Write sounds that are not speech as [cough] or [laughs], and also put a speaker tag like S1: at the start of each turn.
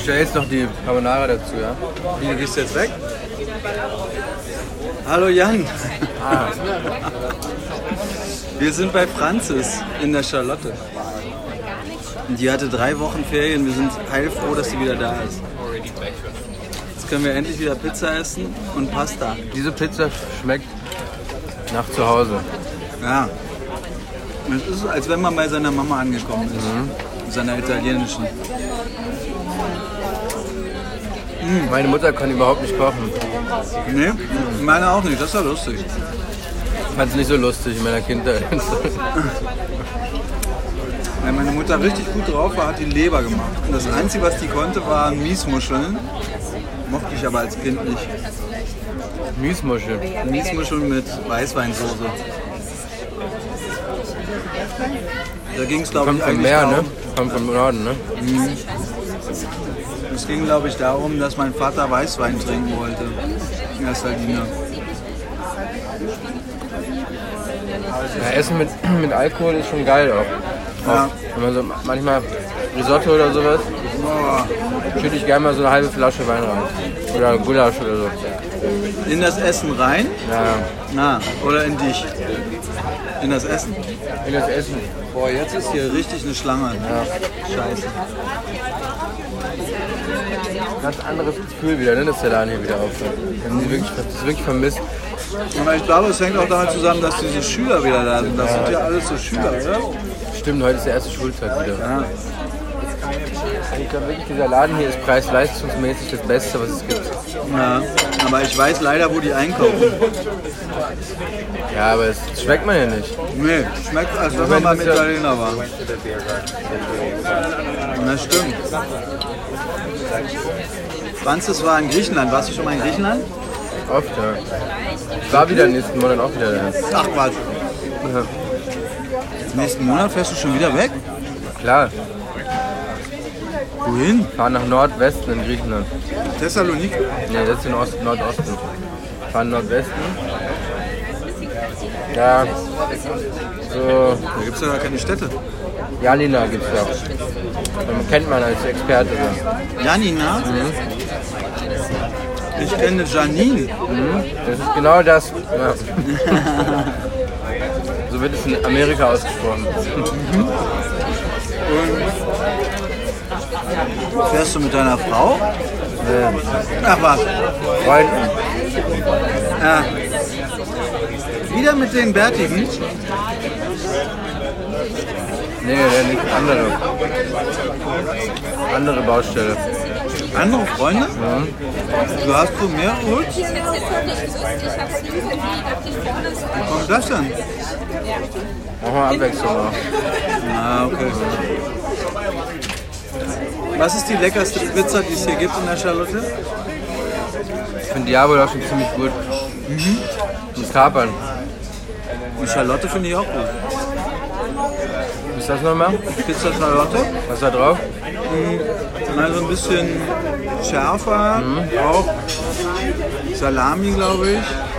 S1: stelle jetzt noch die Carbonara dazu, ja?
S2: Wie, du gehst jetzt weg? Hallo Jan. Wir sind bei Franzis in der Charlotte. Und Die hatte drei Wochen Ferien. Wir sind heilfroh, dass sie wieder da ist. Jetzt können wir endlich wieder Pizza essen und Pasta.
S1: Diese Pizza schmeckt nach zu Hause.
S2: Ja. Es ist, als wenn man bei seiner Mama angekommen ist. Seiner italienischen.
S1: Meine Mutter kann überhaupt nicht kochen.
S2: Nee, meine auch nicht. Das ist ja lustig.
S1: Fand es nicht so lustig in meiner Kindheit. [laughs]
S2: Weil meine Mutter richtig gut drauf war, hat die Leber gemacht. Und das Einzige, was die konnte, waren Miesmuscheln. Mochte ich aber als Kind nicht.
S1: Miesmuschel.
S2: Miesmuscheln mit Weißweinsoße. Da ging es, glaube
S1: Kommt
S2: ich,
S1: vom
S2: eigentlich
S1: Meer, ne?
S2: darum,
S1: Kommt vom Norden, ne?
S2: es ging, glaube ich, darum, dass mein Vater Weißwein trinken wollte. In erster Linie.
S1: Ja, Essen mit, [clears throat] mit Alkohol ist schon geil auch.
S2: Ja.
S1: auch wenn man so manchmal Risotto oder sowas,
S2: Boah.
S1: schütte ich gerne mal so eine halbe Flasche Wein rein. Oder Gulasch oder so.
S2: In das Essen rein?
S1: Ja,
S2: Na, oder in dich? In das Essen?
S1: in das Essen.
S2: Boah, jetzt ist hier richtig eine Schlange. Scheiße.
S1: Ganz anderes Gefühl wieder, ne? Dass der Laden hier wieder aufhört. Ich habe wirklich, ich hab das wirklich vermisst.
S2: Aber ich glaube, es hängt auch damit zusammen, dass diese Schüler wieder da sind. Das sind ja alles so Schüler, oder?
S1: Stimmt, heute ist der erste Schultag wieder.
S2: Ja.
S1: Ich glaube wirklich, dieser Laden hier ist preis-leistungsmäßig das Beste, was es gibt.
S2: ja. Aber ich weiß leider, wo die einkaufen.
S1: Ja, aber es schmeckt man ja nicht.
S2: Nee, schmeckt, als wenn man
S1: Moment,
S2: mal
S1: ist
S2: mit
S1: ja-
S2: Italiener war. Na stimmt. Franzis war in Griechenland. Warst du schon mal in Griechenland?
S1: Oft, ja. Ich war wieder nächsten Monat auch wieder da.
S2: Ach was. Nächsten Monat fährst du schon wieder weg?
S1: Klar,
S2: Wohin?
S1: fahren nach Nordwesten in Griechenland.
S2: Thessaloniki.
S1: Ne, das ist in Ost Nordosten. Fahren Nordwesten. Ja, so
S2: Da gibt es ja gar keine Städte.
S1: Janina gibt's da. Ähm, Kennt man als Experte. so.
S2: Janina? Ich kenne Janine.
S1: Mhm. Das ist genau das. Ja. [laughs] so wird es in Amerika ausgesprochen.
S2: Fährst du mit deiner Frau? Ach was.
S1: Freunden.
S2: Ja. Wieder mit den Bärtigen?
S1: Nee, der nicht. Andere. Andere Baustelle.
S2: Andere Freunde? Du hast du mehr geholt?
S3: Ich hätte es jetzt noch nicht gewusst, ich habe es nie gesehen, ich dachte, ich vorne ist
S2: Warum das denn?
S1: Machen wir Abwechslung auch.
S2: Ah, okay. Was ist die leckerste Pizza, die es hier gibt in der Charlotte?
S1: Ich finde Diabolo schon ziemlich gut. Und Kapern.
S2: Die Charlotte finde ich auch gut.
S1: Was ist das nochmal?
S2: Pizza Charlotte?
S1: Was ist da drauf?
S2: Also ein Mhm. bisschen schärfer, auch Salami, glaube ich.